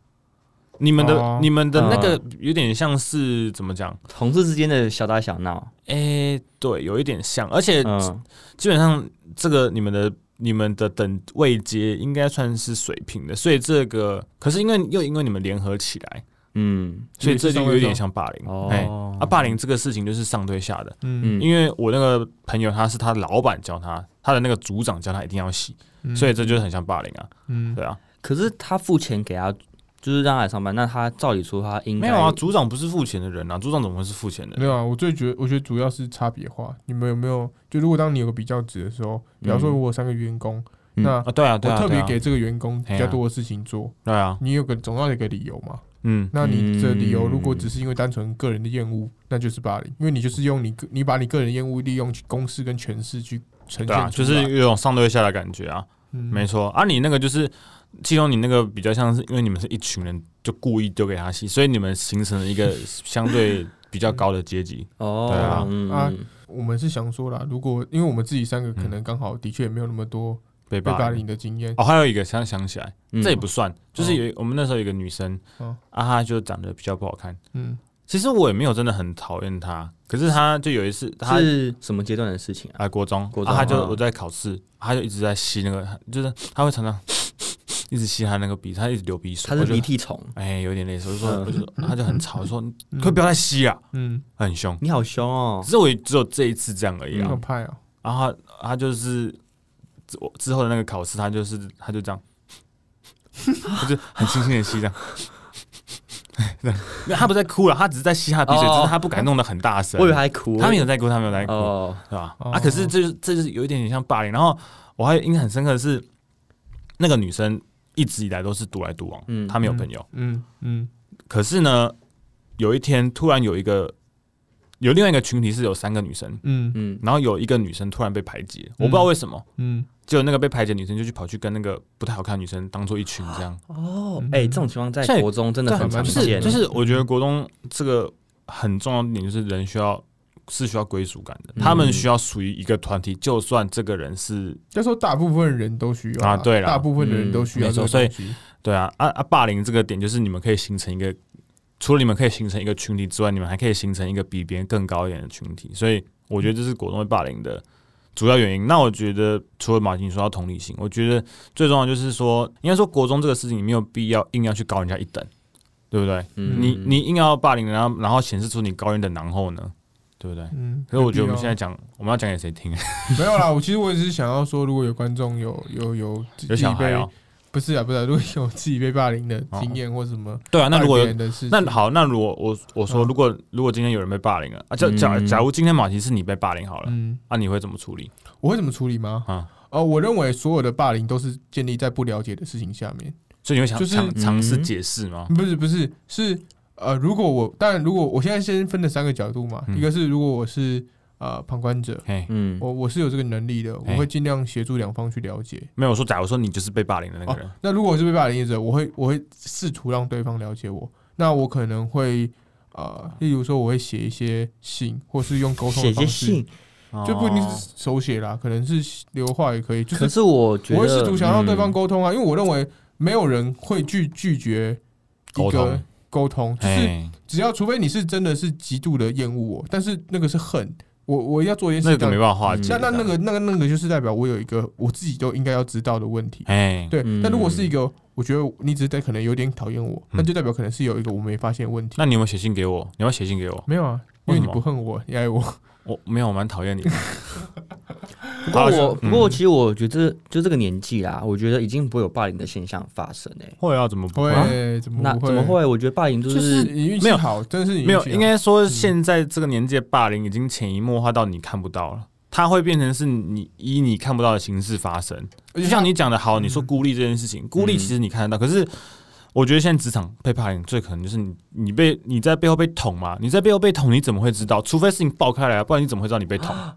Speaker 1: 你们的、
Speaker 3: 哦
Speaker 1: 你们的那个有点像是、怎么讲？
Speaker 2: 同事之间的小打小闹，
Speaker 1: 诶、对，有一点像，而且
Speaker 2: 嗯，
Speaker 1: 基本上这个你们的你们的等位阶应该算是水平的，所以这个可是因为又因为你们联合起来，
Speaker 2: 嗯，
Speaker 1: 所以这就有点像霸凌。哎、
Speaker 2: 哦，
Speaker 1: 啊，霸凌这个事情就是上对下的，
Speaker 3: 嗯
Speaker 1: 因为我那个朋友他是他老板教他，他的那个组长教他一定要洗，
Speaker 3: 嗯
Speaker 1: 所以这就是很像霸凌啊，
Speaker 3: 嗯
Speaker 1: 对啊，
Speaker 2: 可是他付钱给他，就是让他来上班，那他照理说他应该
Speaker 1: 没有啊，组长不是付钱的人啊，组长怎么会是付钱的
Speaker 3: 嗯哎没
Speaker 1: 人？
Speaker 3: 有啊，我最觉我觉得主要是差别化。你们有没有就如果当你有个比较值的时候，比方说
Speaker 2: 嗯
Speaker 3: 我有三个员工，
Speaker 2: 嗯
Speaker 3: 那
Speaker 1: 啊，对啊，
Speaker 3: 我
Speaker 1: 对啊，
Speaker 3: 特
Speaker 1: 对
Speaker 3: 别
Speaker 1: 啊
Speaker 3: 给这个员工
Speaker 1: 嘿啊
Speaker 3: 比较多的事情做，
Speaker 1: 对啊，
Speaker 3: 你有个总要有个理由嘛。
Speaker 1: 嗯，
Speaker 3: 那你这理由如果
Speaker 2: 嗯
Speaker 3: 只是因为单纯个人的厌恶，那就是霸凌，因为你就是用你个你把你个人的厌恶利用去公司跟权势去呈现出
Speaker 1: 对
Speaker 3: 来，嗯
Speaker 1: 啊，就是有种上对下的感觉啊，没
Speaker 3: 没
Speaker 1: 错啊，你那个就是，其中你那个比较像是，因为你们是一群人，就故意丢给他洗，所以你们形成了一个相对比较高的阶级。对啊
Speaker 2: 哦，嗯
Speaker 3: 啊我们是想说啦，如果因为我们自己三个可能刚好的确也没有那么多
Speaker 1: 被
Speaker 3: 被
Speaker 1: 霸
Speaker 3: 霸
Speaker 1: 凌
Speaker 3: 凌的经验，
Speaker 1: 哦，还有一个想想起来，
Speaker 2: 嗯
Speaker 1: 这也不算，就是有一我们那时候有一个女生，
Speaker 3: 哦
Speaker 1: 啊，她就长得比较不好看。
Speaker 3: 嗯，
Speaker 1: 其实我也没有真的很讨厌她，可是她就有一次，她
Speaker 2: 是什么阶段的事情啊？
Speaker 1: 啊国中，
Speaker 2: 国
Speaker 1: 啊她
Speaker 2: 中
Speaker 1: 就
Speaker 2: 啊
Speaker 1: 我在考试，她就一直在吸那个，就是她会常常 一直吸她那个鼻，她一直流鼻水，
Speaker 2: 他
Speaker 1: 我
Speaker 2: 是
Speaker 1: 就
Speaker 2: 鼻涕虫，
Speaker 1: 哎有点类似，我就说
Speaker 2: 嗯
Speaker 1: 我就 说，她就很吵，我说你
Speaker 3: 嗯
Speaker 1: 可以不要再吸啊，
Speaker 3: 嗯，
Speaker 1: 很凶。
Speaker 2: 你好凶哦
Speaker 1: 只，是我只有这一次这样而已
Speaker 3: 那
Speaker 1: 啊。
Speaker 2: 嗯
Speaker 3: 么派啊，
Speaker 1: 然后他他就是之我之后的那个考试，他就是他就这样， 他就很轻轻的吸这样。 这样没有他不是在哭了，他只是在吸他的鼻水，
Speaker 2: 哦哦
Speaker 1: 只是他不敢弄得很大声。
Speaker 2: 我以为他在哭，
Speaker 1: 他没有在哭，他没有在哭，
Speaker 2: 哦，
Speaker 1: 对吧？
Speaker 3: 哦
Speaker 1: 啊，可是这就是这就是有一点点像霸凌。然后我还印象很深刻的是，那个女生一直以来都是独来独往，
Speaker 2: 嗯
Speaker 1: 她没有朋友。
Speaker 3: 嗯嗯
Speaker 1: 可是呢，有一天突然有一个有另外一个群体是有三个女生，
Speaker 3: 嗯
Speaker 2: 嗯，
Speaker 1: 然后有一个女生突然被排挤，我不知道为什么，
Speaker 3: 嗯，
Speaker 1: 结果那个被排挤的女生就去跑去跟那个不太好看的女生当做一群这样，
Speaker 2: 哦
Speaker 3: 嗯，
Speaker 2: 哎，这种情况在
Speaker 1: 所以
Speaker 2: 国中真的
Speaker 1: 这
Speaker 2: 很
Speaker 1: 很
Speaker 2: 常
Speaker 1: 就
Speaker 2: 见，
Speaker 1: 是就是我觉得国中这个很重要的点就是人需要是需要归属感的，
Speaker 2: 嗯
Speaker 1: 他们需要属于一个团体，就算这个人是
Speaker 3: 要说大部分人都需要
Speaker 1: 啊对啦
Speaker 3: 大部分的人都需要
Speaker 1: 嗯
Speaker 3: 这个
Speaker 1: 没错所以
Speaker 3: 东西，
Speaker 1: 对啊啊啊霸凌这个点就是你们可以形成一个。除了你们可以形成一个群体之外，你们还可以形成一个比别人更高一点的群体，所以我觉得这是国中被霸凌的主要原因。那我觉得，除了马婷说到同理心，我觉得最重要就是说，应该说国中这个事情，你没有必要硬要去高人家一等，对不对？
Speaker 2: 嗯
Speaker 1: 你你硬要霸凌人家，然后显示出你高人一等，然后呢，对不对？
Speaker 3: 嗯，
Speaker 1: 可是我觉得我
Speaker 3: 没
Speaker 1: 们
Speaker 3: 必
Speaker 1: 现
Speaker 3: 要
Speaker 1: 在讲，我们要讲给谁听？
Speaker 3: 没有啦，我其实我也是想要说，如果有观众有有有自
Speaker 1: 有
Speaker 3: 己
Speaker 1: 小孩
Speaker 3: 被
Speaker 1: 哦、
Speaker 3: 不是啊不是啊， 如果有自己被霸凌的经验或什么
Speaker 1: 对啊，那如果
Speaker 3: 霸凌
Speaker 1: 有
Speaker 3: 别人的事情，
Speaker 1: 那好，那如果我我说，
Speaker 3: 嗯
Speaker 1: 如果如果今天有人被霸凌了，啊，假假
Speaker 2: 嗯
Speaker 1: 假如今天马蹄是你被霸凌好了，
Speaker 3: 嗯，
Speaker 1: 啊，你会怎么处理？
Speaker 3: 我会怎么处理吗？
Speaker 1: 啊
Speaker 3: 呃，我认为所有的霸凌都是建立在不了解的事情下面，
Speaker 1: 所以你会想
Speaker 3: 就是
Speaker 1: 尝尝试
Speaker 2: 嗯
Speaker 1: 解释吗？
Speaker 3: 不是不是是呃，如果我当然如果我现在先分了三个角度嘛，
Speaker 1: 嗯
Speaker 3: 一个是如果我是呃旁观者，
Speaker 1: 嘿，
Speaker 2: 嗯
Speaker 3: 我我是有这个能力的，我
Speaker 1: 哎
Speaker 3: 会尽量协助两方去了解。
Speaker 1: 没有我说，假如说你就是被霸凌的那
Speaker 2: 哦
Speaker 1: 个人，
Speaker 3: 那如果我是被霸凌者，我会我会试图让对方了解我，那我可能会呃，例如说我会写一些信，或是用沟通
Speaker 2: 写些
Speaker 3: 的方式，
Speaker 2: 信，
Speaker 1: 哦
Speaker 3: 就不一定是手写啦，可能是留话也可以，就
Speaker 2: 可
Speaker 3: 是
Speaker 2: 是我觉得
Speaker 3: 我会试图想让对方
Speaker 2: 嗯
Speaker 3: 沟通啊，因为我认为没有人会拒拒绝一
Speaker 1: 沟
Speaker 3: 个
Speaker 1: 通
Speaker 3: 沟通，就是
Speaker 1: 嘿，
Speaker 3: 只要除非你是真的是极度的厌恶我，但是那个是恨，我我要做一件事
Speaker 1: 那
Speaker 3: 情
Speaker 1: 个
Speaker 3: 让
Speaker 1: 没
Speaker 3: 你。
Speaker 1: 办法化解
Speaker 3: 那
Speaker 1: 的。
Speaker 3: 那那个那个那个就是代表我有一个我自己都应该要知道的问题，
Speaker 1: 哎，
Speaker 3: 对，
Speaker 2: 嗯
Speaker 3: 但如果是一个，我觉得你只是在可能有点讨厌我，那就代表可能是有一个我没发现的问题。
Speaker 1: 那你有没有写信给我？你要不要写信给我？
Speaker 3: 没有啊，因
Speaker 1: 为
Speaker 3: 为
Speaker 1: 什
Speaker 3: 你
Speaker 1: 么
Speaker 3: 不恨我，你爱我。
Speaker 1: 我没有，我蛮讨厌你的。
Speaker 2: 不过
Speaker 1: 好
Speaker 2: 我
Speaker 1: 嗯
Speaker 2: 不过其实我觉得就这个年纪啦，我觉得已经不会有霸凌的现象发生欸诶。
Speaker 1: 会啊，怎么不会？
Speaker 3: 会怎
Speaker 2: 那
Speaker 3: 么
Speaker 2: 怎么
Speaker 3: 会？
Speaker 2: 会？我觉得霸凌就
Speaker 1: 就是
Speaker 2: 是
Speaker 3: 你运气
Speaker 1: 没有
Speaker 3: 好，真的是你运
Speaker 1: 没有，
Speaker 3: 气好
Speaker 1: 应该说现在这个年纪的霸凌已经潜移默化到你看不到了，它会变成是你以你看不到的形式发生。
Speaker 3: 而
Speaker 1: 就
Speaker 3: 且它
Speaker 1: 像你讲的好，你说
Speaker 3: 嗯
Speaker 1: 孤立这件事情，孤立
Speaker 2: 嗯
Speaker 1: 其实你看得到，可是我觉得现在职场被霸凌最可能就是你你被你在背后被捅嘛，你在背后被捅，你怎么会知道？除非事情爆开来，啊不然你怎么会知道你被捅？
Speaker 2: 啊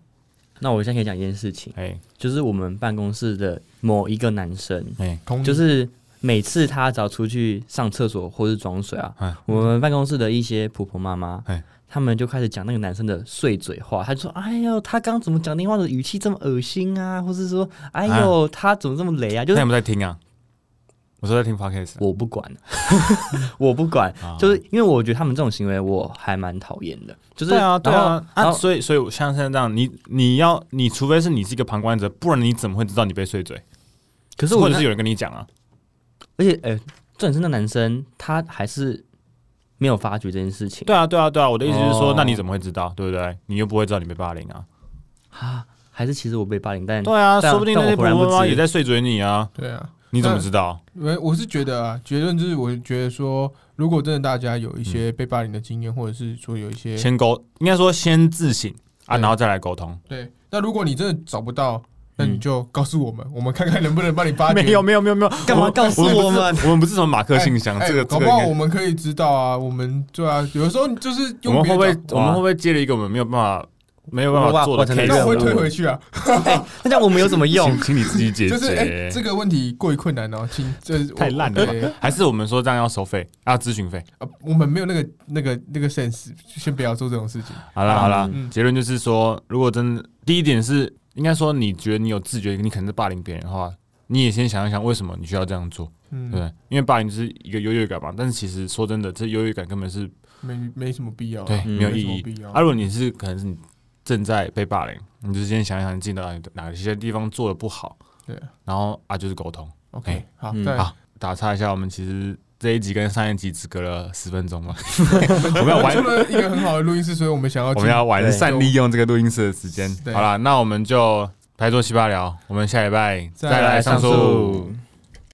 Speaker 2: 那我现在可以讲一件事情，
Speaker 1: 哎
Speaker 2: 就是我们办公室的某一个男生，
Speaker 1: 哎，
Speaker 3: 同理
Speaker 2: 就是每次他只要出去上厕所或是装水啊
Speaker 1: 哎，
Speaker 2: 我们办公室的一些婆婆妈妈
Speaker 1: 哎，
Speaker 2: 他们就开始讲那个男生的碎嘴话，他就说：“哎呦，他刚怎么讲电话的语气这么恶心啊？”或是说：“哎呦，他怎么这么雷啊？”就
Speaker 1: 那
Speaker 2: 是
Speaker 1: 有没有在听啊？我说在听 podcast，
Speaker 2: 我不管， 我不管，
Speaker 1: 啊
Speaker 2: 就是因为我觉得他们这种行为我还蛮讨厌的，就是
Speaker 1: 对啊，对啊，
Speaker 2: 然
Speaker 1: 啊，
Speaker 2: 后
Speaker 1: 所以，所以我像现在这样，你你要，你除非是你是一个旁观者，不然你怎么会知道你被碎嘴？
Speaker 2: 可是
Speaker 1: 或
Speaker 2: 我
Speaker 1: 者
Speaker 2: 觉
Speaker 1: 是
Speaker 2: 得，
Speaker 1: 有人跟你讲啊，
Speaker 2: 而且呃，重点是那男生他还是没有发觉这件事情
Speaker 1: 对啊，对啊，对啊，我的意思就是说，
Speaker 2: 哦
Speaker 1: 那你怎么会知道，对不对？你又不会知道你被霸凌啊，
Speaker 2: 啊，还是其实我被霸凌，但
Speaker 1: 对啊，
Speaker 2: 但
Speaker 1: 说不定那些婆
Speaker 2: 嗯但我果然不
Speaker 1: 婆妈妈
Speaker 2: 知
Speaker 1: 也在碎嘴你啊，
Speaker 3: 对啊，
Speaker 1: 你怎么知道？
Speaker 3: 没，我是觉得啊，结论就是，我觉得说，如果真的大家有一些被霸凌的经验，或者是说有一些
Speaker 1: 先沟，应该说先自省啊，
Speaker 3: 对
Speaker 1: 然后再来沟通。
Speaker 3: 对，那如果你真的找不到，那你
Speaker 2: 嗯
Speaker 3: 就告诉我们，我们看看能不能帮你发掘。
Speaker 1: 没有，没有，没有，没有，
Speaker 2: 干嘛
Speaker 1: 我
Speaker 2: 告诉
Speaker 1: 我
Speaker 2: 我
Speaker 1: 们
Speaker 2: 们
Speaker 1: 不是？我们不是什么马克
Speaker 3: 哎，
Speaker 1: 信箱，
Speaker 3: 哎
Speaker 1: 这个这
Speaker 3: 搞
Speaker 1: 个
Speaker 3: 不好
Speaker 1: 应
Speaker 3: 我们可以知道啊，我们对啊，有的时候你就是
Speaker 1: 该，我
Speaker 3: 用
Speaker 1: 们
Speaker 3: 别
Speaker 1: 会
Speaker 3: 人
Speaker 1: 不会
Speaker 3: 讲
Speaker 1: 我们会不会接了一个我们没有办法没有办
Speaker 2: 我
Speaker 1: 法
Speaker 2: 把
Speaker 1: 做哎的
Speaker 2: 我承
Speaker 1: case？
Speaker 2: 认
Speaker 3: 那我会
Speaker 2: 了
Speaker 3: 退回去啊，
Speaker 2: 那这样我们有什么用
Speaker 1: 请？请你自己解
Speaker 3: 就是哎、
Speaker 1: 决
Speaker 3: 这。个问题过于困难哦， 请这我
Speaker 1: 太烂了吧
Speaker 3: 对
Speaker 1: 还是我们说这样要收费啊，咨询费。
Speaker 3: 啊我们没有那个那个那个 sense，先不要做这种事情。
Speaker 1: 好啦
Speaker 2: 嗯
Speaker 1: 好啦，
Speaker 3: 嗯
Speaker 1: 结论就是说，如果真的第一点是，应该说你觉得你有自觉，你可能是霸凌别人的话，你也先想一想为什么你需要这样做，对啊不
Speaker 3: 嗯，
Speaker 1: 对？因为霸凌就是一个优越感嘛，但是其实说真的，这优越感根本是
Speaker 3: 没没什么必要啊、
Speaker 1: 对
Speaker 2: 嗯
Speaker 1: 没有
Speaker 3: 没
Speaker 1: 意
Speaker 3: 什么
Speaker 1: 义。
Speaker 3: 必要。
Speaker 1: 啊，如果你是可能是你正在被霸凌，你就先想一想你自己到底哪些地方做的不好，
Speaker 3: 对，
Speaker 1: 然后啊就是沟通。
Speaker 3: OK，好，
Speaker 2: 嗯
Speaker 3: 再来
Speaker 1: 哎好打岔一下，我们其实这一集跟上一集只隔了十分钟嘛， 我们要 玩
Speaker 3: 出了一个很好的录音室，所以我们想要
Speaker 1: 我们要完
Speaker 2: 对
Speaker 1: 善利用这个录音室的时间。
Speaker 3: 对
Speaker 1: 好啦，那我们就拍桌七八聊，我们下礼拜
Speaker 3: 再
Speaker 1: 来
Speaker 3: 来
Speaker 1: 上
Speaker 3: 上
Speaker 1: 诉
Speaker 3: 诉。